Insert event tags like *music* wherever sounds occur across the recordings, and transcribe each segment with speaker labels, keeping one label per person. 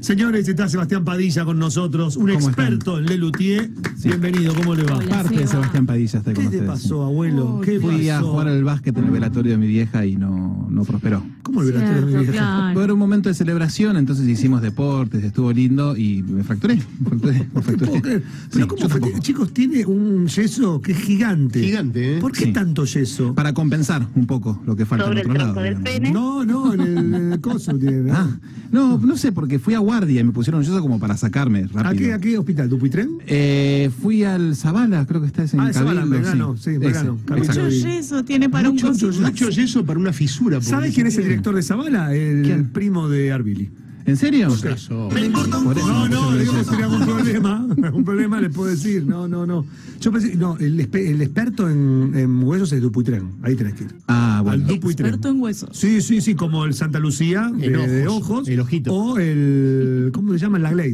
Speaker 1: Señores, está Sebastián Padilla con nosotros, un
Speaker 2: ¿Cómo están?
Speaker 1: experto en Lelutier. Bienvenido, ¿cómo le va?
Speaker 3: Hola.
Speaker 2: Parte de
Speaker 3: Seba.
Speaker 2: Sebastián Padilla está
Speaker 1: ¿Qué
Speaker 2: con
Speaker 1: te
Speaker 2: ustedes.
Speaker 1: pasó, abuelo?
Speaker 3: Oh,
Speaker 1: ¿Qué
Speaker 2: Fui a
Speaker 1: pasó?
Speaker 2: jugar al básquet en el velatorio de mi vieja y no, no prosperó.
Speaker 1: ¿Cómo el verás?
Speaker 3: Cierto, claro.
Speaker 2: Fue un momento de celebración, entonces hicimos deportes, estuvo lindo y me fracturé. *laughs* Me fracturé,
Speaker 1: No te puedo
Speaker 2: me fracturé.
Speaker 1: creer.
Speaker 2: Sí,
Speaker 1: Pero
Speaker 2: yo
Speaker 1: ¿cómo fue?
Speaker 2: tampoco.
Speaker 1: Chicos, tiene un yeso que es gigante.
Speaker 4: Gigante, ¿eh?
Speaker 1: ¿Por qué
Speaker 2: Sí.
Speaker 1: tanto yeso?
Speaker 2: Para compensar un poco lo que falta
Speaker 5: Sobre
Speaker 2: en
Speaker 5: el
Speaker 2: otro lado.
Speaker 5: tronco del
Speaker 2: digamos.
Speaker 5: pene.
Speaker 1: No, no, en el, en el coso tiene.
Speaker 2: Ah, no, no sé, porque fui a guardia y me pusieron yeso como para sacarme
Speaker 1: ¿A
Speaker 2: rápido.
Speaker 1: qué, a qué hospital? ¿Tupitren?
Speaker 2: Eh, fui al Zavala, creo que está ese en
Speaker 1: Ah, el Zavala,
Speaker 2: Cabildo,
Speaker 1: Belgrano, sí,
Speaker 2: Ese,
Speaker 1: Belgrano, Cabildo.
Speaker 2: exacto.
Speaker 3: Mucho yeso tiene para un
Speaker 4: Mucho,
Speaker 3: cosito.
Speaker 4: mucho yeso para una fisura.
Speaker 1: ¿Sabes quién es el director de Zavala? El
Speaker 2: ¿Quién?
Speaker 1: primo de Arbili.
Speaker 2: ¿En serio? Por eso
Speaker 1: No, no,
Speaker 2: me
Speaker 1: digo que
Speaker 2: yeso.
Speaker 1: tenía algún problema. *laughs* Un problema les puedo decir. No, no, no. Yo pensé, no, el, espe- el experto en, en huesos es Dupuytren. Ahí tenés que ir.
Speaker 2: Ah, bueno.
Speaker 1: Al Dupuytren.
Speaker 3: Experto en huesos.
Speaker 1: Sí, sí, sí, como el Santa Lucía de
Speaker 4: En
Speaker 1: de ojos,
Speaker 4: ojos, el ojito.
Speaker 1: O el. ¿Cómo le llaman? La Glaze.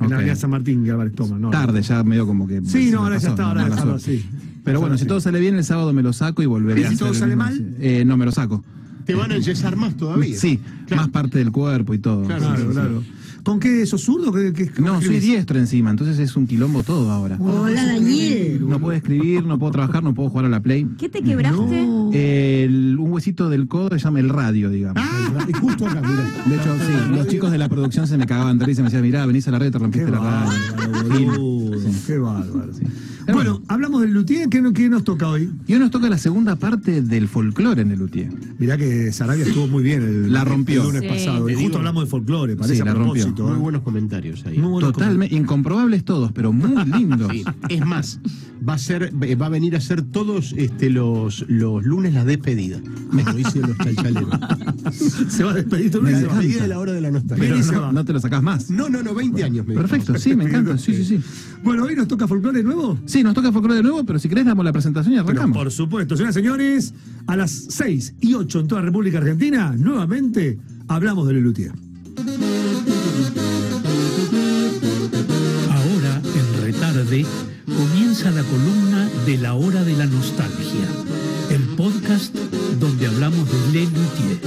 Speaker 1: En la
Speaker 2: Ok.
Speaker 1: Avenida San Martín, que Álvarez toma, ¿no?
Speaker 2: tarde, ya medio como que.
Speaker 1: Sí,
Speaker 2: se
Speaker 1: no,
Speaker 2: me
Speaker 1: ahora ya
Speaker 2: pasó,
Speaker 1: está, ahora
Speaker 2: mala
Speaker 1: ya está,
Speaker 2: suerte.
Speaker 1: sí.
Speaker 2: Pero bueno,
Speaker 1: Ahora
Speaker 2: si
Speaker 1: sí.
Speaker 2: todo sale bien, el sábado me lo saco y volveré
Speaker 1: ¿Y
Speaker 2: a
Speaker 1: si
Speaker 2: hacer
Speaker 1: todo
Speaker 2: el
Speaker 1: sale
Speaker 2: mismo-
Speaker 1: mal?
Speaker 2: Eh, no, me lo saco.
Speaker 4: Te van a enyesar más todavía.
Speaker 2: Sí, más parte del cuerpo y todo.
Speaker 4: Claro,
Speaker 2: Sí,
Speaker 1: Claro,
Speaker 2: sí, sí.
Speaker 1: claro. ¿Con qué? ¿Sos zurdo? ¿Qué, qué- cómo
Speaker 2: No, soy
Speaker 1: escribís?
Speaker 2: diestro encima, entonces es un quilombo todo ahora.
Speaker 6: Hola, Daniel.
Speaker 2: No puedo escribir, no puedo trabajar, no puedo jugar a la Play.
Speaker 6: ¿Qué te quebraste?
Speaker 2: Eh, El- un huesito del codo se llama el radio, digamos.
Speaker 1: Ah,
Speaker 4: Y justo acá, mirá.
Speaker 2: De hecho, sí, los chicos de la producción se me cagaban de risa y me decían, mirá, venís a la red, te
Speaker 1: Qué
Speaker 2: rompiste la
Speaker 1: bárbaro,
Speaker 2: radio.
Speaker 1: boludo, Qué bárbaro.
Speaker 2: Pero
Speaker 1: Bueno,
Speaker 2: bueno.
Speaker 1: hablamos del Lutier. ¿Qué, qué nos toca hoy?
Speaker 2: Y hoy nos toca la segunda parte del folclore en el Luthier.
Speaker 1: Mirá que Sarabia estuvo muy bien el,
Speaker 2: La rompió.
Speaker 1: el lunes
Speaker 3: Sí.
Speaker 1: pasado. Y
Speaker 4: Te
Speaker 1: Eh, justo
Speaker 4: digo.
Speaker 1: hablamos de folclore, parece
Speaker 2: Sí,
Speaker 1: a
Speaker 2: la rompió.
Speaker 1: propósito.
Speaker 4: Muy
Speaker 1: ¿eh?
Speaker 4: buenos comentarios ahí.
Speaker 1: Muy buenos
Speaker 2: Totalmente, incomprobables todos, pero muy lindos.
Speaker 4: Sí. Es más, va a ser, eh, va a venir a ser todos este, los, los lunes la despedida. Como dicen los chalchaleros.
Speaker 1: comentarios. Se va a despedir todo el
Speaker 2: Me
Speaker 1: mundo.
Speaker 4: La
Speaker 1: se va.
Speaker 4: despedida de la hora de la nostalgia.
Speaker 2: Pero
Speaker 1: Ven y se
Speaker 2: no,
Speaker 1: va.
Speaker 2: no te lo sacás más.
Speaker 4: No, no, no, 20 años. me dijo.
Speaker 2: Perfecto, sí, me encanta. Sí, sí, sí.
Speaker 1: Bueno, hoy nos toca folclore nuevo.
Speaker 2: Sí, nos toca folclore de nuevo, pero si querés damos la presentación y
Speaker 1: Pero
Speaker 2: arrancamos.
Speaker 1: por supuesto, señoras y señores, a las 6 y 8 en toda la República Argentina, nuevamente hablamos de Lelutier.
Speaker 7: Ahora, en retarde, comienza la columna de la hora de la nostalgia, el podcast donde hablamos de Le Luthier.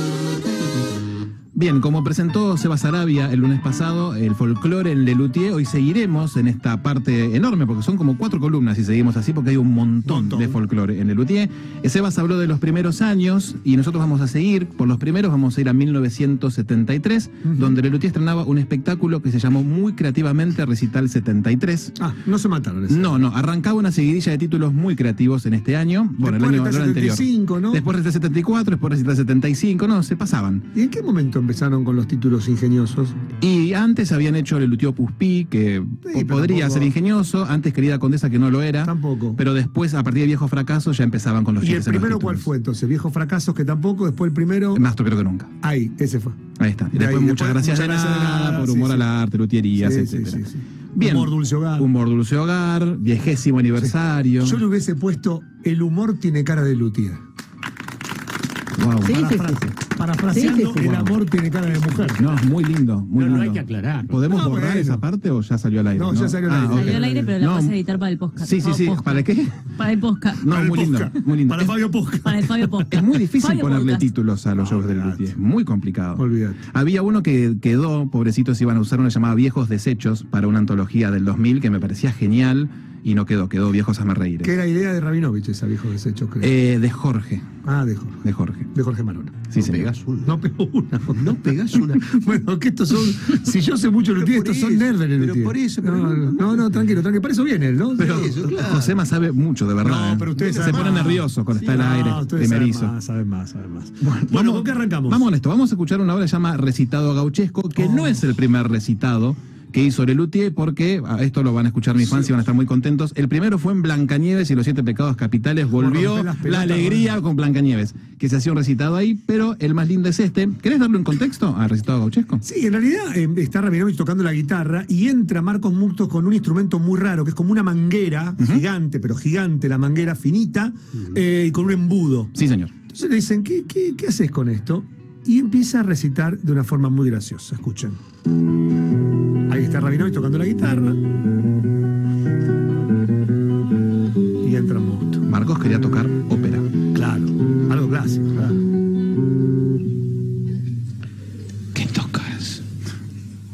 Speaker 2: Bien, como presentó Seba Sarabia el lunes pasado, el folclore en Lelutier, hoy seguiremos en esta parte enorme, porque son como cuatro columnas y seguimos así, porque hay un montón,
Speaker 1: Montón.
Speaker 2: de folclore en Lelutier. Sebas habló de los primeros años y nosotros vamos a seguir, por los primeros vamos a ir a 1973, donde Lelutier estrenaba un espectáculo que se llamó muy creativamente Recital 73.
Speaker 1: Ah, no se mataron. ese.
Speaker 2: No, no, arrancaba una seguidilla de títulos muy creativos en este año.
Speaker 1: Después
Speaker 2: Bueno, el año
Speaker 1: recital
Speaker 2: el anterior.
Speaker 1: 75, ¿no?
Speaker 2: Después recital 74, después recital 75, no, se pasaban.
Speaker 1: ¿Y en qué momento empezaron con los títulos ingeniosos?
Speaker 2: Y antes habían hecho el Lutio Puspí, que po-
Speaker 1: pero
Speaker 2: podría
Speaker 1: tampoco-
Speaker 2: ser ingenioso, antes Querida Condesa, que no lo era.
Speaker 1: Tampoco.
Speaker 2: Pero después, a partir de Viejo Fracaso, ya empezaban con los
Speaker 1: ¿Y el
Speaker 2: chistes en los
Speaker 1: primero cuál
Speaker 2: títulos.
Speaker 1: fue entonces? Viejos fracasos que tampoco, después el primero.
Speaker 2: Más creo que nunca.
Speaker 1: Ahí, ese fue.
Speaker 2: Ahí está. Y
Speaker 1: De
Speaker 2: después,
Speaker 1: ahí,
Speaker 2: muchas
Speaker 1: después, muchas
Speaker 2: gracias de
Speaker 1: gracias de
Speaker 2: nada,
Speaker 1: nada,
Speaker 2: por
Speaker 1: sí,
Speaker 2: humor
Speaker 1: sí.
Speaker 2: a la arte, luterías,
Speaker 1: Sí, sí,
Speaker 2: etcétera.
Speaker 1: sí, sí.
Speaker 2: Bien.
Speaker 1: Humor dulce hogar.
Speaker 2: Humor dulce hogar, viejésimo aniversario.
Speaker 1: Yo le hubiese puesto el humor tiene cara de Lutier.
Speaker 2: Guau.
Speaker 6: Sí, sí, sí,
Speaker 1: Parafra- Parafraseando,
Speaker 6: Sí, sí, sí.
Speaker 1: el amor tiene cara de mujer.
Speaker 2: No, es muy lindo, muy
Speaker 4: No, no
Speaker 2: lindo.
Speaker 4: hay que aclarar.
Speaker 2: ¿Podemos
Speaker 1: Ah,
Speaker 2: borrar
Speaker 1: bueno.
Speaker 2: esa parte o ya salió al aire?
Speaker 1: No,
Speaker 2: Ah,
Speaker 1: ya salió al aire.
Speaker 2: ok.
Speaker 1: Salió
Speaker 3: Salió al aire, pero la
Speaker 2: No,
Speaker 3: vas a editar para el podcast.
Speaker 2: Sí, sí, sí.
Speaker 3: Podcast.
Speaker 2: ¿Para qué?
Speaker 3: Para el podcast.
Speaker 2: No,
Speaker 1: Para el
Speaker 2: muy lindo,
Speaker 1: Posca.
Speaker 2: muy lindo.
Speaker 1: Para
Speaker 2: Es-
Speaker 1: Fabio Ah, Posca.
Speaker 3: Para el Fabio Podcast.
Speaker 2: Es muy difícil
Speaker 3: Fabio
Speaker 2: ponerle
Speaker 3: Podcast.
Speaker 2: títulos a los shows de
Speaker 1: olvidate.
Speaker 2: Luthier, es muy complicado.
Speaker 1: Olvidate.
Speaker 2: Había uno que quedó, pobrecitos, iban a usar una llamada Viejos Desechos para una antología del 2000 que me parecía genial y no quedó, quedó Viejos Amarreires.
Speaker 1: Que era idea de Rabinovich, esa viejo desecho, creo.
Speaker 2: Eh, de Jorge,
Speaker 1: ah, de Jorge.
Speaker 2: de Jorge.
Speaker 1: De Jorge Marona.
Speaker 2: Sí,
Speaker 4: no
Speaker 2: señor.
Speaker 4: pegás una.
Speaker 1: No pegó una.
Speaker 4: No pegás una.
Speaker 1: Bueno, que estos son. Si yo sé mucho Lutier,
Speaker 4: Pero
Speaker 1: estos
Speaker 4: por
Speaker 1: son
Speaker 4: eso,
Speaker 1: nerds en el
Speaker 4: pero por eso, pero
Speaker 1: no, no,
Speaker 4: no-
Speaker 1: no, no, tranquilo, tranquilo. Para eso viene él, ¿no?
Speaker 2: Pero
Speaker 4: eso, claro.
Speaker 2: Josema sabe mucho, de verdad.
Speaker 1: No,
Speaker 2: ¿eh?
Speaker 1: pero ustedes
Speaker 2: se
Speaker 1: saben
Speaker 2: pone
Speaker 1: más.
Speaker 2: nervioso cuando está en el
Speaker 1: Ah,
Speaker 2: aire,
Speaker 1: ustedes saben
Speaker 2: primerizo.
Speaker 1: más, saben más, saben más. Bueno, ¿con qué arrancamos? Oh.
Speaker 2: Vamos con esto. Vamos a escuchar una obra que se llama Recitado Gauchesco, que no es el primer recitado que hizo Lelutier, porque a esto lo van a escuchar mis fans y van a estar muy contentos. El primero fue en Blancanieves y los Siete Pecados Capitales. Volvió
Speaker 1: rompe las pelotas,
Speaker 2: la alegría con Blancanieves, que se hacía un recitado ahí, pero el más lindo es este. ¿Querés darle un contexto al recitado gauchesco?
Speaker 1: Sí, en realidad eh, está Rabinovich tocando la guitarra y entra Marcos Muctos con un instrumento muy raro, que es como una manguera, gigante, pero gigante, la manguera finita, eh, y con un embudo.
Speaker 2: Sí, señor.
Speaker 1: Entonces le dicen, ¿qué, qué, qué haces con esto? Y empieza a recitar de una forma muy graciosa. Escuchen. Ahí está Rabinovich tocando la guitarra. Y entra Musto.
Speaker 2: Marcos quería tocar ópera.
Speaker 1: Claro, algo clásico, claro.
Speaker 8: ¿Qué tocas?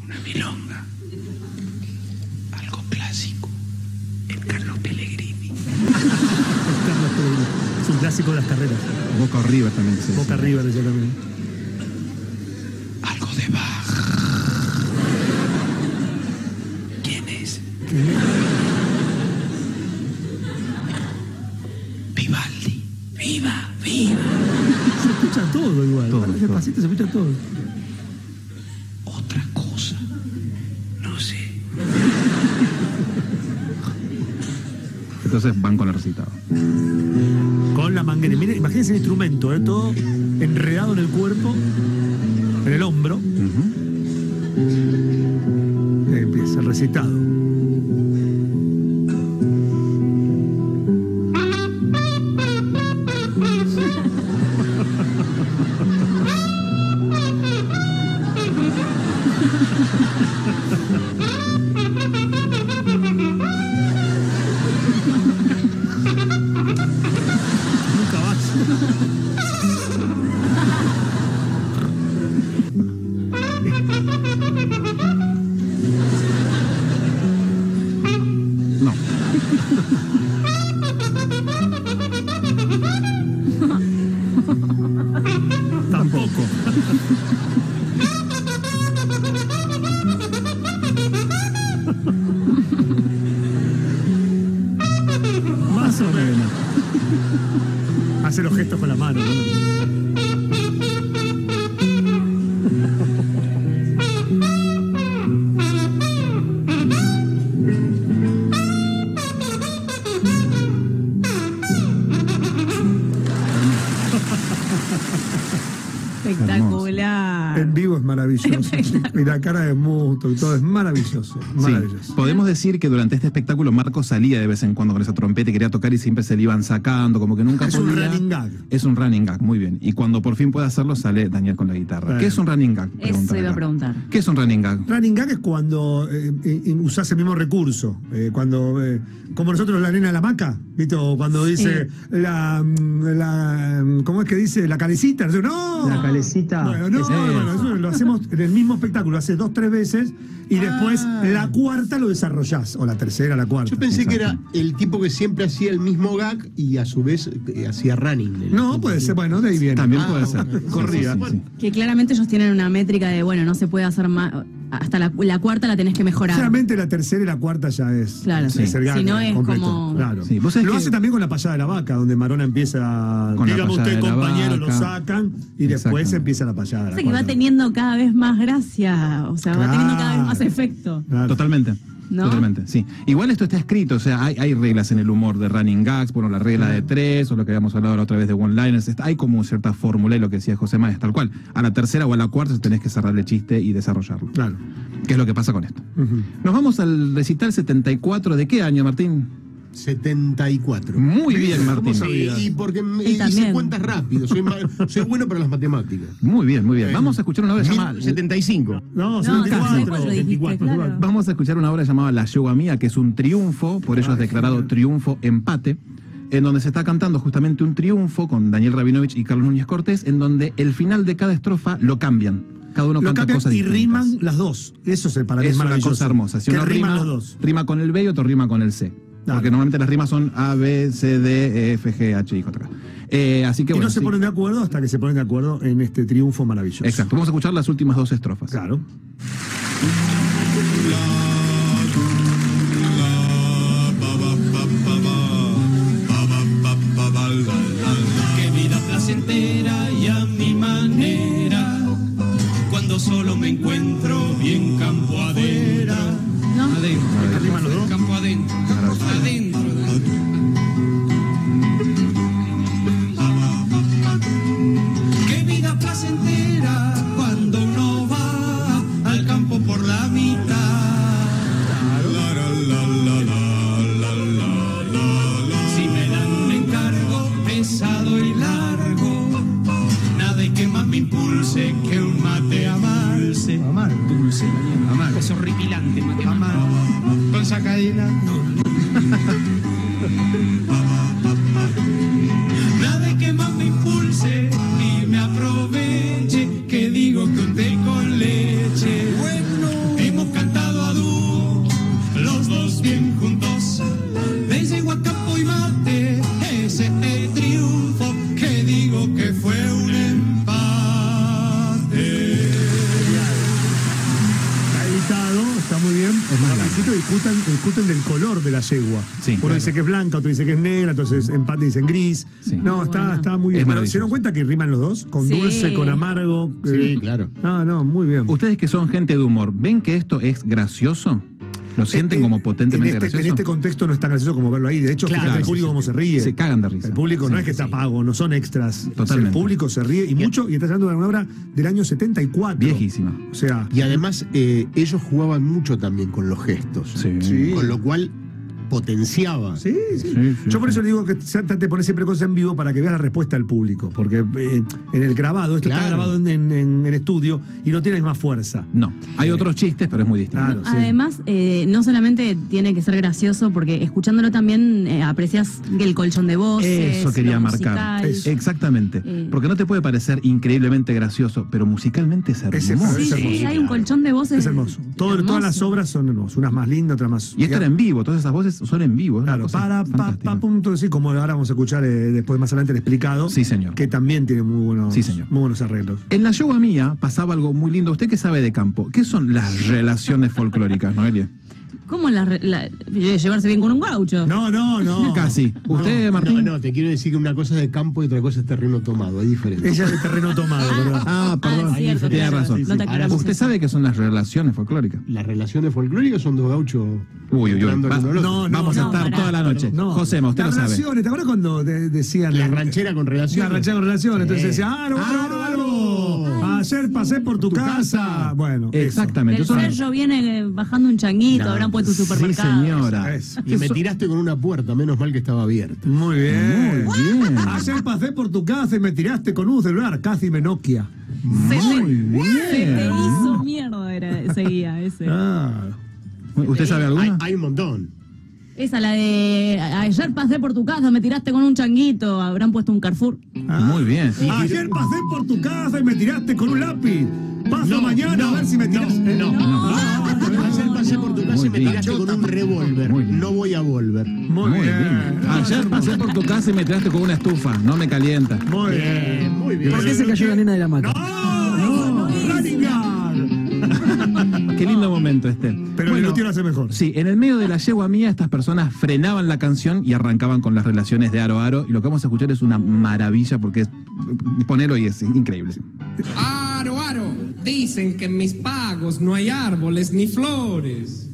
Speaker 8: Una
Speaker 7: milonga. Algo clásico. El Carlos Pellegrini.
Speaker 1: *laughs* Carlos Pellegrini. Es un clásico de las carreras.
Speaker 2: Boca o River también. se dice.
Speaker 1: Boca arriba, decía también.
Speaker 7: Algo de Bach. ¿Quién es? Vivaldi. Viva, viva.
Speaker 1: Se escucha todo igual.
Speaker 2: Todo,
Speaker 1: Ahora
Speaker 2: todo.
Speaker 1: Despacito se escucha todo.
Speaker 7: Otra cosa. No sé.
Speaker 2: Entonces van con el recitado.
Speaker 1: Con la manguera. Miren, imagínense el instrumento, ¿eh? todo enredado en el cuerpo, en el hombro. Ahí Empieza el recitado. Nunca vas.
Speaker 2: No.
Speaker 1: Tampoco. Más o menos. Hace los gestos con la mano. ¿no?
Speaker 3: Espectacular.
Speaker 1: En vivo es *laughs* maravilloso. Y la cara de muto y todo es maravilloso.
Speaker 2: Sí.
Speaker 1: Maravilloso.
Speaker 2: Podemos decir que durante este espectáculo Marco salía de vez en cuando con esa trompeta y quería tocar y siempre se le iban sacando, como que nunca
Speaker 1: Es un
Speaker 2: podía.
Speaker 1: running gag.
Speaker 2: Es un running gag, muy bien. Y cuando por fin puede hacerlo, sale Daniel con la guitarra.
Speaker 1: Claro.
Speaker 2: ¿Qué es un running gag?
Speaker 3: Eso
Speaker 2: Pregunta
Speaker 3: iba a
Speaker 2: acá.
Speaker 3: preguntar.
Speaker 2: ¿Qué es un running gag?
Speaker 1: Running gag es cuando eh, eh, usás el mismo recurso. eh, cuando, eh, como nosotros la nena de la maca, ¿viste? O cuando dice
Speaker 3: Sí.
Speaker 1: la, mm, la, mm, ¿Cómo es que dice? La calecita. Nosotros, ¡No!
Speaker 5: La calecita.
Speaker 1: Bueno, no,
Speaker 5: Es-
Speaker 1: bueno, eso lo hacemos en el mismo espectáculo, hace dos, tres veces, y después
Speaker 4: Ah.
Speaker 1: la cuarta lo desarrollás, o la tercera, la cuarta.
Speaker 4: Yo pensé que era el tipo que siempre hacía el mismo gag y a su vez eh, hacía running. El
Speaker 1: No,
Speaker 4: tipo
Speaker 1: puede
Speaker 4: que-
Speaker 1: ser, bueno, de ahí viene.
Speaker 2: También
Speaker 4: Ah,
Speaker 2: puede ser.
Speaker 4: bueno.
Speaker 2: Sí,
Speaker 4: Corrida.
Speaker 2: sí, sí, sí.
Speaker 3: Que claramente ellos tienen una métrica de, bueno, no se puede hacer más. Hasta la, la cuarta la tenés que mejorar.
Speaker 1: Sinceramente, la tercera y la cuarta ya es.
Speaker 3: Claro.
Speaker 1: es el
Speaker 3: Sí.
Speaker 1: gag
Speaker 3: Si no es
Speaker 1: completo,
Speaker 3: como-
Speaker 1: Claro.
Speaker 2: Sí, vos sabés
Speaker 1: lo
Speaker 2: que-
Speaker 1: hace también con la payada de la vaca, donde Marona empieza.
Speaker 2: Con la
Speaker 1: Dígame
Speaker 2: payada
Speaker 1: usted,
Speaker 2: de la
Speaker 1: compañero, lo
Speaker 2: vaca.
Speaker 1: sacan, y después
Speaker 2: Exactamente.
Speaker 1: empieza la payada. de la
Speaker 3: Pasa que va
Speaker 1: cuarta.
Speaker 3: teniendo cada vez más gracia. O sea, va teniendo cada vez más
Speaker 1: Claro.
Speaker 3: efecto.
Speaker 1: Claro.
Speaker 2: Totalmente.
Speaker 3: ¿No?
Speaker 2: Totalmente, sí. Igual esto está escrito, o sea, hay, hay reglas en el humor de running gags, bueno, la regla de tres, o lo que habíamos hablado la otra vez de one-liners, está- hay como cierta fórmula y lo que decía José Maes, tal cual. A la tercera o a la cuarta tenés que cerrar el chiste y desarrollarlo.
Speaker 1: Claro.
Speaker 2: ¿Qué es lo que pasa con esto?
Speaker 1: Ujú.
Speaker 2: Nos vamos al recital 74, ¿de qué año, Martín?
Speaker 4: 74.
Speaker 2: Muy bien,
Speaker 4: ¿Cómo
Speaker 2: Martín.
Speaker 4: sabía? Y porque me
Speaker 3: Y también.
Speaker 4: hice cuentas rápido. Soy, ma- soy bueno para las matemáticas.
Speaker 2: Muy bien, muy bien. Vamos a escuchar una obra llamada...
Speaker 4: 75.
Speaker 1: No,
Speaker 3: No,
Speaker 1: 74.
Speaker 3: 74 dijiste,
Speaker 1: 74,
Speaker 3: claro.
Speaker 1: igual.
Speaker 2: Vamos a escuchar una obra llamada La Yegua Mía, que es un triunfo, por ello es declarado triunfo empate, en donde se está cantando justamente un triunfo con Daniel Rabinovich y Carlos Núñez Cortés, en donde el final de cada estrofa lo cambian. Cada uno
Speaker 1: Lo
Speaker 2: canta
Speaker 1: cambian
Speaker 2: cosas
Speaker 1: y
Speaker 2: distintas.
Speaker 1: riman las dos. Eso es el para mí
Speaker 2: es una
Speaker 1: maravilloso.
Speaker 2: cosa hermosa. Si
Speaker 1: que
Speaker 2: uno
Speaker 1: riman
Speaker 2: rima,
Speaker 1: los dos.
Speaker 2: rima con el B y otro rima con el C.
Speaker 1: Claro.
Speaker 2: Porque normalmente las rimas son A, B, C, D, E, F, G, H, I, J, K. Eh, así que
Speaker 1: Y
Speaker 2: bueno.
Speaker 1: no se
Speaker 2: sí.
Speaker 1: ponen de acuerdo hasta que se ponen de acuerdo en este triunfo maravilloso.
Speaker 2: Exacto. Vamos a escuchar las últimas dos estrofas.
Speaker 1: Claro.
Speaker 8: Qué vida placentera y a mi manera, cuando solo me encuentro bien campo adentro.
Speaker 3: ¿No?
Speaker 8: Adentro,
Speaker 1: Arriman los dos.
Speaker 8: campo adentro, campo adentro. Qué vida placentera cuando uno va al campo por la mitad. Si me dan un encargo pesado y largo, nada hay que más me impulse que un mate amarse. Amar, dulce, amar. Es horripilante, mate amar. Con sacadina. Nada que más me impulse y me aproveche que digo que un té con leche. Bueno, hemos
Speaker 1: dorado, está muy bien.
Speaker 2: Es más
Speaker 1: Ahora,
Speaker 2: blanco.
Speaker 1: insisto, discutan, discuten del color de la yegua.
Speaker 2: Sí,
Speaker 1: Uno
Speaker 2: claro.
Speaker 1: dice que es blanca, otro dice que es negra, entonces empate dicen gris.
Speaker 2: Sí.
Speaker 1: No, está,
Speaker 3: Bueno.
Speaker 1: está muy bien.
Speaker 2: Es
Speaker 1: Pero,
Speaker 2: maravilloso.
Speaker 1: ¿Se dieron cuenta que riman los dos? Con
Speaker 3: Sí.
Speaker 1: dulce, con amargo.
Speaker 4: Sí,
Speaker 1: eh,
Speaker 4: claro.
Speaker 1: Ah, no, muy bien.
Speaker 2: Ustedes que son gente de humor, ¿ven que esto es gracioso? ¿Lo sienten
Speaker 1: Eh,
Speaker 2: como
Speaker 1: eh,
Speaker 2: potentemente
Speaker 1: en este,
Speaker 2: gracioso?
Speaker 1: En este contexto no es tan gracioso como verlo ahí. De hecho,
Speaker 4: Claro,
Speaker 1: fíjate el
Speaker 4: sí,
Speaker 1: público
Speaker 4: sí,
Speaker 1: cómo se ríe.
Speaker 2: Se cagan de risa.
Speaker 1: El público no
Speaker 2: Sí,
Speaker 1: es que está
Speaker 2: sí.
Speaker 1: pago, no son extras.
Speaker 2: Totalmente.
Speaker 1: El público se ríe y mucho, y está hablando de una obra del año 74.
Speaker 2: Viejísima.
Speaker 1: O sea,
Speaker 4: Y además, eh, ellos jugaban mucho también con los gestos.
Speaker 2: Sí.
Speaker 4: Con lo cual potenciaba.
Speaker 1: Sí, sí.
Speaker 2: Sí, sí,
Speaker 1: Yo por
Speaker 2: sí.
Speaker 1: eso le digo que Santa te pone siempre cosas en vivo para que veas la respuesta del público. Porque eh, en el grabado, esto está
Speaker 4: Claro.
Speaker 1: grabado en, en- en el estudio y no tiene la misma fuerza.
Speaker 2: No, hay otros chistes, pero es muy distinto.
Speaker 1: Claro, sí.
Speaker 3: Además, eh, no solamente tiene que ser gracioso, porque escuchándolo también eh, aprecias el colchón de voces.
Speaker 2: Eso quería
Speaker 3: lo
Speaker 2: marcar.
Speaker 3: musical.
Speaker 1: Eso.
Speaker 2: Exactamente.
Speaker 3: Eh.
Speaker 2: Porque no te puede parecer increíblemente gracioso, pero musicalmente es
Speaker 1: Es
Speaker 2: hermoso.
Speaker 3: Sí,
Speaker 1: Es
Speaker 3: sí,
Speaker 1: hermoso.
Speaker 3: hay un colchón de voces.
Speaker 1: Es hermoso. Todo- todas las
Speaker 3: hermoso.
Speaker 1: obras son hermosas. Unas más lindas, otras más.
Speaker 2: Y esto era en vivo, todas esas voces son en vivo. es una
Speaker 1: Claro,
Speaker 2: cosa
Speaker 1: para, pa,
Speaker 2: fantástica.
Speaker 1: pa, punto, sí, como ahora vamos a escuchar eh, después más adelante el explicado.
Speaker 2: Sí, señor.
Speaker 1: Que también tiene muy buenos,
Speaker 2: Sí, señor.
Speaker 1: Muy buenos arreglos.
Speaker 2: En la yoga mía pasaba algo muy lindo. ¿Usted qué sabe de campo? ¿Qué son las relaciones folclóricas, Noelia?
Speaker 3: ¿Cómo la, re- la- eh, llevarse bien con un gaucho?
Speaker 1: No, no, no.
Speaker 2: Casi. ¿Usted, Martín?
Speaker 4: No, no, te quiero decir que una cosa es de campo y otra cosa es terreno tomado. Hay diferencia.
Speaker 1: Ella es de terreno
Speaker 2: *laughs*
Speaker 1: tomado, ¿verdad?
Speaker 2: Ah, perdón.
Speaker 3: es cierto,
Speaker 2: Tiene
Speaker 3: claro.
Speaker 2: razón.
Speaker 3: No te aclaramos
Speaker 2: Usted
Speaker 3: eso.
Speaker 2: sabe qué son las relaciones folclóricas.
Speaker 4: Las relaciones folclóricas son dos gauchos.
Speaker 2: Uy, uy, uy.
Speaker 4: hablando
Speaker 2: Va-
Speaker 4: con el otro.
Speaker 1: no,
Speaker 2: Vamos a
Speaker 3: no,
Speaker 2: estar
Speaker 3: pará.
Speaker 2: toda la noche.
Speaker 1: No.
Speaker 2: José, usted
Speaker 1: Las
Speaker 2: lo sabe.
Speaker 1: relaciones, ¿te acuerdas cuando de- decían
Speaker 4: La ranchera con Ah, relación.
Speaker 1: La ranchera con relación, entonces "Ah, decía,
Speaker 2: "Ah,
Speaker 1: ¡Aro, aro, aro! Ayer pasé por tu, casa. Bueno, eso.
Speaker 2: Exactamente.
Speaker 3: El
Speaker 2: Eso no-
Speaker 3: Sergio viene eh, bajando un changuito, habrán puesto un
Speaker 2: Sí,
Speaker 3: supermercado.
Speaker 2: señora.
Speaker 1: Eso.
Speaker 4: Y me tiraste con una puerta, menos mal que estaba abierta.
Speaker 1: Muy bien.
Speaker 2: Muy bien.
Speaker 1: Ayer pasé por tu casa y me tiraste con un celular, casi me Nokia.
Speaker 3: Se te-
Speaker 2: Muy
Speaker 3: *laughs* Se te
Speaker 2: bien.
Speaker 3: hizo mierda, era, ese guía, ese.
Speaker 1: Ah.
Speaker 2: ¿Usted sabe
Speaker 4: Hay,
Speaker 2: alguna?
Speaker 4: hay un montón.
Speaker 3: Esa, la de a- ayer pasé por tu casa, me tiraste con un changuito, habrán puesto un Carrefour.
Speaker 2: Ah. Muy bien.
Speaker 1: Ayer Ah. pasé por tu casa y me tiraste con un lápiz. Paso mañana a ver si me Ah. tiras.
Speaker 4: No, no. Ayer pasé
Speaker 3: no.
Speaker 4: por tu casa y
Speaker 2: Muy
Speaker 4: me
Speaker 2: bien.
Speaker 4: tiraste con un revólver.
Speaker 2: Muy bien.
Speaker 4: No voy a volver.
Speaker 1: Muy, bien.
Speaker 2: Ayer pasé por tu casa y me tiraste con una estufa. No me calienta.
Speaker 1: Muy bien.
Speaker 4: Muy bien.
Speaker 9: ¿Por qué se cayó la nena de la maca?
Speaker 1: ¡No! ¡Runningar!
Speaker 2: Qué lindo momento este.
Speaker 1: Pero el Luthier hace mejor.
Speaker 2: Sí, en el medio de la yegua mía, estas personas frenaban la canción y arrancaban con las relaciones de aro a aro. Y lo que vamos a escuchar es una maravilla porque es. Ponelo y es increíble.
Speaker 10: Aro, aro, dicen que en mis pagos no hay árboles ni flores.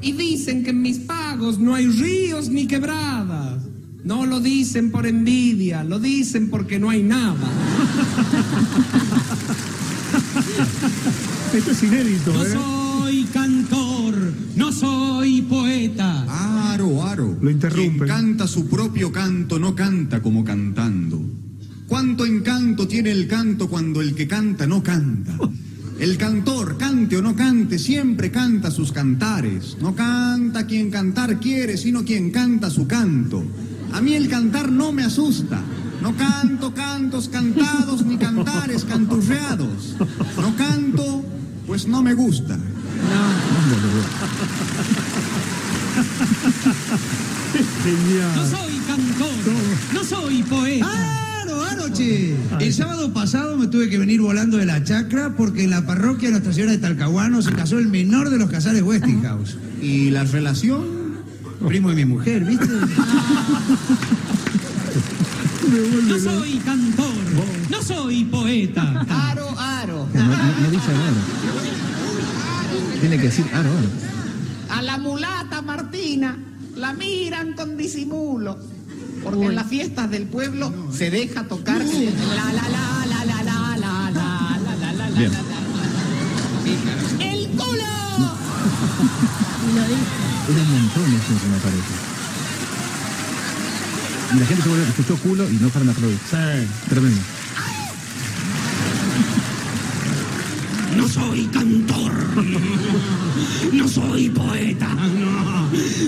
Speaker 10: Y dicen que en mis pagos no hay ríos ni quebradas. No lo dicen por envidia, lo dicen porque no hay nada.
Speaker 1: Esto es inédito,
Speaker 10: No
Speaker 1: ¿eh?
Speaker 10: soy cantor, no soy poeta.
Speaker 8: Aro, aro.
Speaker 1: Lo interrumpen.
Speaker 8: Quien canta su propio canto no canta como cantando. ¿Cuánto encanto tiene el canto cuando el que canta no canta? El cantor, cante o no cante, siempre canta sus cantares. No canta quien cantar quiere, sino quien canta su canto. A mí el cantar no me asusta. No canto cantos cantados ni cantares canturreados. No canto, pues no me gusta.
Speaker 10: No soy cantor, no soy poeta.
Speaker 11: Claro, anoche. El sábado pasado me tuve que venir volando de la chacra porque en la parroquia de Nuestra Señora de Talcahuano se casó el menor de los casares Westinghouse.
Speaker 8: ¿Y la relación?
Speaker 11: Primo de mi mujer, ¿viste?
Speaker 10: No soy cantor, no soy poeta.
Speaker 11: Aro, aro.
Speaker 2: No, no- no dice aro. Tiene que decir aro, aro.
Speaker 10: A la mulata Martina la miran con disimulo, porque en las fiestas del pueblo se deja tocar la la la la la la la la la la la
Speaker 2: Bien.
Speaker 10: el culo.
Speaker 2: Era un montón eso que me parece. Y la gente seguro que escuchó culo y no fueron a aplaudir. Tremendo.
Speaker 10: No soy cantor, no soy poeta,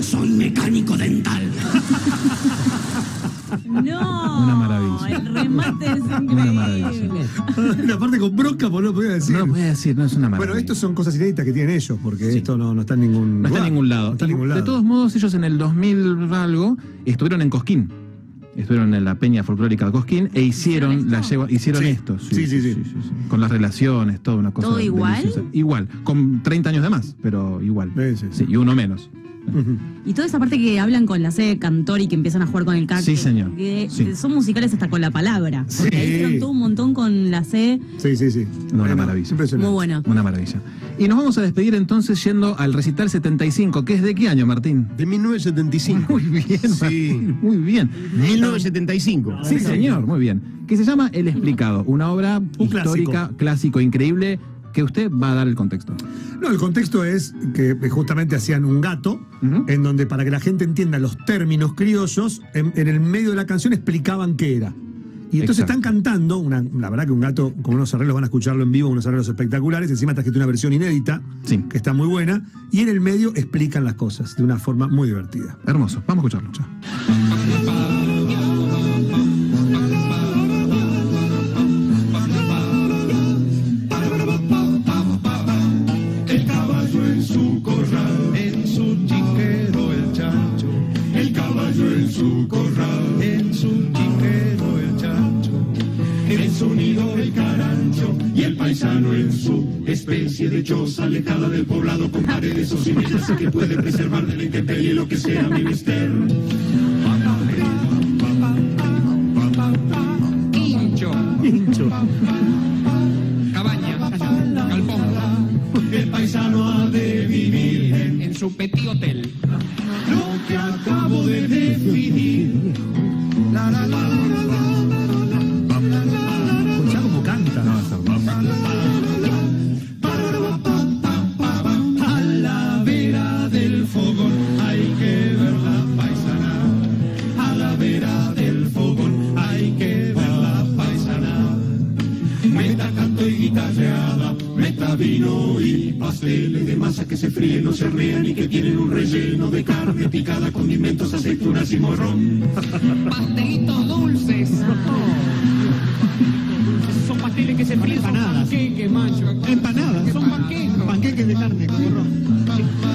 Speaker 10: soy mecánico dental.
Speaker 3: No,
Speaker 2: Una maravilla.
Speaker 3: el remate es increíble.
Speaker 2: Una maravilla.
Speaker 1: *laughs* La parte con bronca, pues no lo podía decir.
Speaker 2: No lo voy a decir, no es una maravilla.
Speaker 1: bueno, estos son cosas inéditas que tienen ellos, porque esto no, no está en ningún
Speaker 2: No está
Speaker 1: lugar.
Speaker 2: en ningún lado.
Speaker 1: No está en
Speaker 2: Y
Speaker 1: ningún lado.
Speaker 2: De todos modos, ellos en el 2000 algo estuvieron en Cosquín. estuvieron en la Peña Folclórica de Cosquín e hicieron la yegua- hicieron esto. Sí sí sí, Con las relaciones, toda una cosa.
Speaker 3: ¿Todo igual?
Speaker 2: deliciosa. Igual, con 30 años de más, pero igual. Sí, y uno menos.
Speaker 3: Y toda esa parte que hablan con la sede de cantor y que empiezan a jugar con el cactus.
Speaker 2: Sí, señor.
Speaker 3: Que
Speaker 2: Sí.
Speaker 3: son musicales hasta con la palabra. Porque
Speaker 2: Sí.
Speaker 3: ahí hicieron todo un montón con la C.
Speaker 1: Sí, sí, sí.
Speaker 2: No, una maravilla.
Speaker 3: Muy bueno.
Speaker 2: Una maravilla. Y nos vamos a despedir entonces yendo al recital 75, que es de qué año, Martín?
Speaker 4: De 1975.
Speaker 2: Muy bien, Martín, muy bien.
Speaker 4: 1975.
Speaker 2: Sí, señor, muy bien. Que se llama El Explicado, una obra histórica, clásico. increíble, que usted va a dar el contexto.
Speaker 1: No, el contexto es que justamente hacían un gato, en donde para que la gente entienda los términos criollos, en, en el medio de la canción explicaban qué era. Y entonces
Speaker 2: Exacto.
Speaker 1: están cantando, una- la verdad que un gato con unos arreglos van a escucharlo en vivo, unos arreglos espectaculares, encima trajiste una versión inédita, que está muy buena, y en el medio explican las cosas de una forma muy divertida.
Speaker 2: Hermoso, vamos a escucharlo.
Speaker 8: El caballo en su corral, en su chiquero el chancho. El caballo en su corral, en su chiquero el chancho. En su nido el carancho y el paisano en su especie de choza alejada del poblado con paredes o cimeras que puede preservar de la intemperie lo que sea menester.
Speaker 12: Hincho.
Speaker 8: Hincho.
Speaker 12: Cabaña. Galpón.
Speaker 8: El paisano ha de vivir
Speaker 12: en su petit hotel.
Speaker 8: Lo que acabo de definir. La, la, la, la, la, la.
Speaker 1: Escuchá cómo canta.
Speaker 8: A la vera del fogón hay que ver la paisana. A la vera del fogón hay que ver la paisana. Meta canto y guitarreada, meta vino y pasteles de masa que se fríen, no se rían y que tienen un relleno de carne picada, condimentos, aceitunas y morrón.
Speaker 12: Pastelitos dulces. Son pasteles que se fríen. Empanadas. Panqueques, macho. Empanadas. Son panqueques. Panqueques de carne con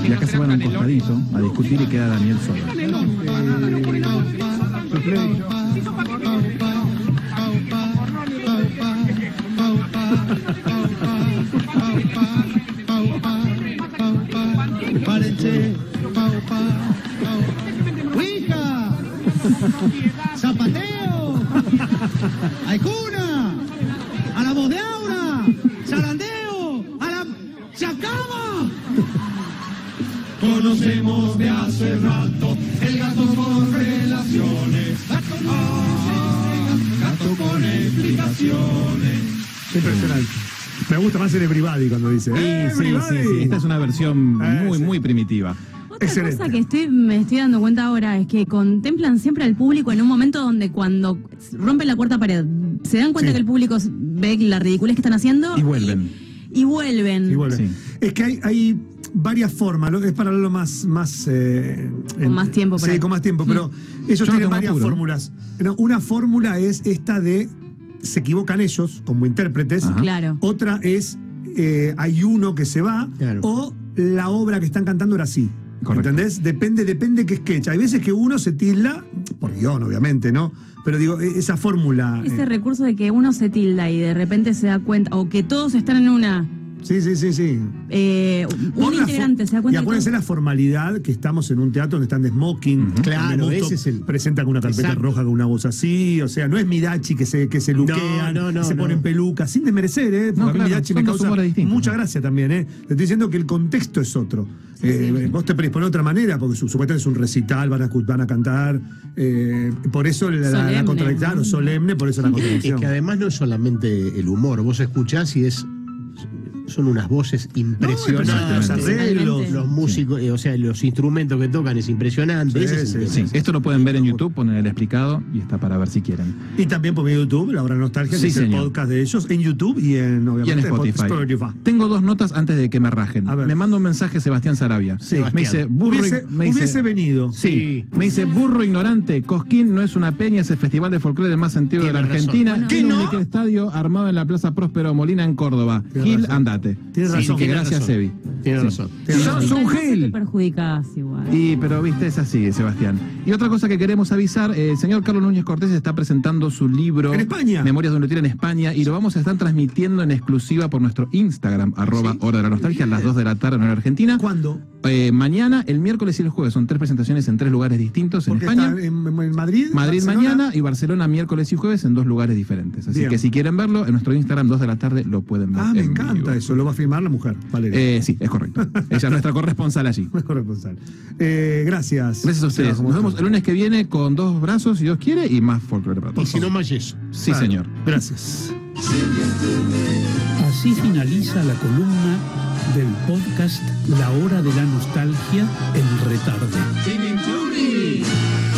Speaker 2: Y acá se van a un costadito a discutir y queda Daniel solo.
Speaker 8: Prepárense.
Speaker 10: ¡Huica! ¡Zapateo! ¡Aicuna! ¡A la voz de Aura! ¡Zarandeo! ¡A la... ¡Se acaba!
Speaker 8: Conocemos de hace rato el gato con relaciones. Gato con explicaciones.
Speaker 1: Impresionante. Me gusta más el everybody cuando dice. "Eh,
Speaker 2: Sí, sí, sí, sí. Esta es una versión muy, muy primitiva.
Speaker 3: Otra cosa que estoy, me estoy dando cuenta ahora es que contemplan siempre al público en un momento donde cuando rompen la cuarta pared, se dan cuenta que el público ve la ridiculez que están haciendo
Speaker 2: Y vuelven.
Speaker 3: y vuelven.
Speaker 1: Y vuelve. Es que hay, hay varias formas, lo- es para hablarlo más. más con
Speaker 3: más tiempo por
Speaker 1: Sí,
Speaker 3: ahí.
Speaker 1: con más tiempo, pero
Speaker 2: Mm. Yo
Speaker 1: ellos
Speaker 2: no
Speaker 1: tienen
Speaker 2: tengo
Speaker 1: varias
Speaker 2: apuro.
Speaker 1: fórmulas. No, una fórmula es esta de se equivocan ellos como intérpretes.
Speaker 2: Ajá.
Speaker 3: Claro.
Speaker 1: Otra es eh, hay uno que se va
Speaker 2: Claro.
Speaker 1: o la obra que están cantando era así.
Speaker 2: Correcto.
Speaker 1: ¿Entendés? Depende, depende qué sketch. Hay veces que uno se tilda, por guión, obviamente, ¿no? Pero digo, e- esa fórmula.
Speaker 3: Ese
Speaker 1: eh,
Speaker 3: recurso de que uno se tilda y de repente se da cuenta, o que todos están en una.
Speaker 1: sí, sí, sí, sí.
Speaker 3: eh,
Speaker 1: Por
Speaker 3: un
Speaker 1: la
Speaker 3: integrante
Speaker 1: fo-
Speaker 3: se da
Speaker 1: Y
Speaker 3: cuenta. que
Speaker 1: acuérdense
Speaker 3: todos-
Speaker 1: la formalidad que estamos en un teatro donde están de smoking. donde
Speaker 4: Claro,
Speaker 1: Motto
Speaker 4: ese es el-
Speaker 1: Presenta con una carpeta
Speaker 4: Exacto.
Speaker 1: roja, con una voz así. O sea, no es Mirachi que se, que se luquean,
Speaker 4: No, no, no,
Speaker 1: se
Speaker 4: no.
Speaker 1: ponen pelucas, sin desmerecer, ¿eh? Porque
Speaker 2: No,
Speaker 1: a mí
Speaker 2: claro,
Speaker 1: Mirachi me
Speaker 2: son dos
Speaker 1: causa
Speaker 2: humores distintos,
Speaker 1: mucha gracia también, ¿eh? Te estoy diciendo que el contexto es otro. Eh, Vos te predisponés de otra manera, porque su- supuestamente es un recital, van a, cu- van a cantar. eh, por eso la, la,
Speaker 4: Solemne.
Speaker 1: contradicción, claro, solemne, por eso la
Speaker 4: Es
Speaker 1: contradicción.
Speaker 4: que además no es solamente el humor, vos escuchás y es son unas voces
Speaker 1: impresionantes,
Speaker 4: impresionantes.
Speaker 1: los arreglos.
Speaker 4: los músicos, eh, o sea, los instrumentos que tocan es impresionante. Ese es
Speaker 2: Sí,
Speaker 4: impresionante.
Speaker 2: esto lo pueden ver en YouTube, ponen el explicado y está para ver si quieren.
Speaker 1: Y también por medio de YouTube, La Hora Nostalgia,
Speaker 2: Sí,
Speaker 1: que es el
Speaker 2: señor.
Speaker 1: podcast de ellos, en YouTube y en,
Speaker 2: Y en
Speaker 1: obviamente,
Speaker 2: Spotify.
Speaker 1: Spotify.
Speaker 2: Tengo dos notas antes de que me rajen.
Speaker 1: ver.
Speaker 2: Me manda un mensaje Sebastián Sarabia. Me dice, burro,
Speaker 1: hubiese,
Speaker 2: me dice-
Speaker 1: hubiese venido.
Speaker 2: Sí. Me dice, burro ignorante, Cosquín no es una peña, es el festival de folclore más antiguo de la
Speaker 1: Tiene razón.
Speaker 2: Argentina.
Speaker 1: Bueno,
Speaker 2: Tiene
Speaker 1: ¿Qué
Speaker 2: un
Speaker 1: no?
Speaker 2: microestadio armado en la Plaza Próspero Molina en Córdoba. Gil, andate.
Speaker 1: Tiene
Speaker 2: Así
Speaker 1: razón.
Speaker 2: que
Speaker 1: Tiene
Speaker 2: gracias,
Speaker 1: razón.
Speaker 2: Evi.
Speaker 4: Tiene
Speaker 2: Sí.
Speaker 4: razón.
Speaker 1: Son, son
Speaker 3: gel. Te perjudicás igual.
Speaker 2: Y, pero viste, es así, Sebastián. Y otra cosa que queremos avisar, eh, el señor Carlos Núñez Cortés está presentando su libro
Speaker 1: En España.
Speaker 2: Memorias de un Luthier en España y lo vamos a estar transmitiendo en exclusiva por nuestro Instagram, arroba Hora de la Nostalgia, a las 2 de la tarde en hora Argentina.
Speaker 1: ¿Ah, ¿Cuándo?
Speaker 2: Eh, mañana, el miércoles y el jueves. Son tres presentaciones en tres lugares distintos en
Speaker 1: Porque
Speaker 2: España.
Speaker 1: está en, en Madrid.
Speaker 2: Madrid
Speaker 1: Barcelona.
Speaker 2: mañana y Barcelona miércoles y jueves en dos lugares diferentes. Así
Speaker 1: Bien.
Speaker 2: que si quieren verlo, en nuestro Instagram, 2 de la tarde, lo pueden ver.
Speaker 1: Ah, me
Speaker 2: en
Speaker 1: encanta
Speaker 2: vivo.
Speaker 1: eso. Lo va a firmar la mujer. Valeria.
Speaker 2: Eh, sí, es correcto. Ella es nuestra corresponsal allí.
Speaker 1: *laughs* Mejor responsable. Eh, gracias.
Speaker 2: Gracias a
Speaker 1: Seba,
Speaker 2: ustedes. Nos
Speaker 1: ¿cómo
Speaker 2: vemos
Speaker 1: estás?
Speaker 2: el lunes que viene con dos brazos, si Dios quiere, y más folclore para
Speaker 4: Y
Speaker 2: todos.
Speaker 4: si no, más yeso.
Speaker 2: Sí,
Speaker 1: Claro.
Speaker 2: señor.
Speaker 1: Gracias.
Speaker 7: Así finaliza la columna del podcast La Hora de la Nostalgia en Retarde.
Speaker 8: Sin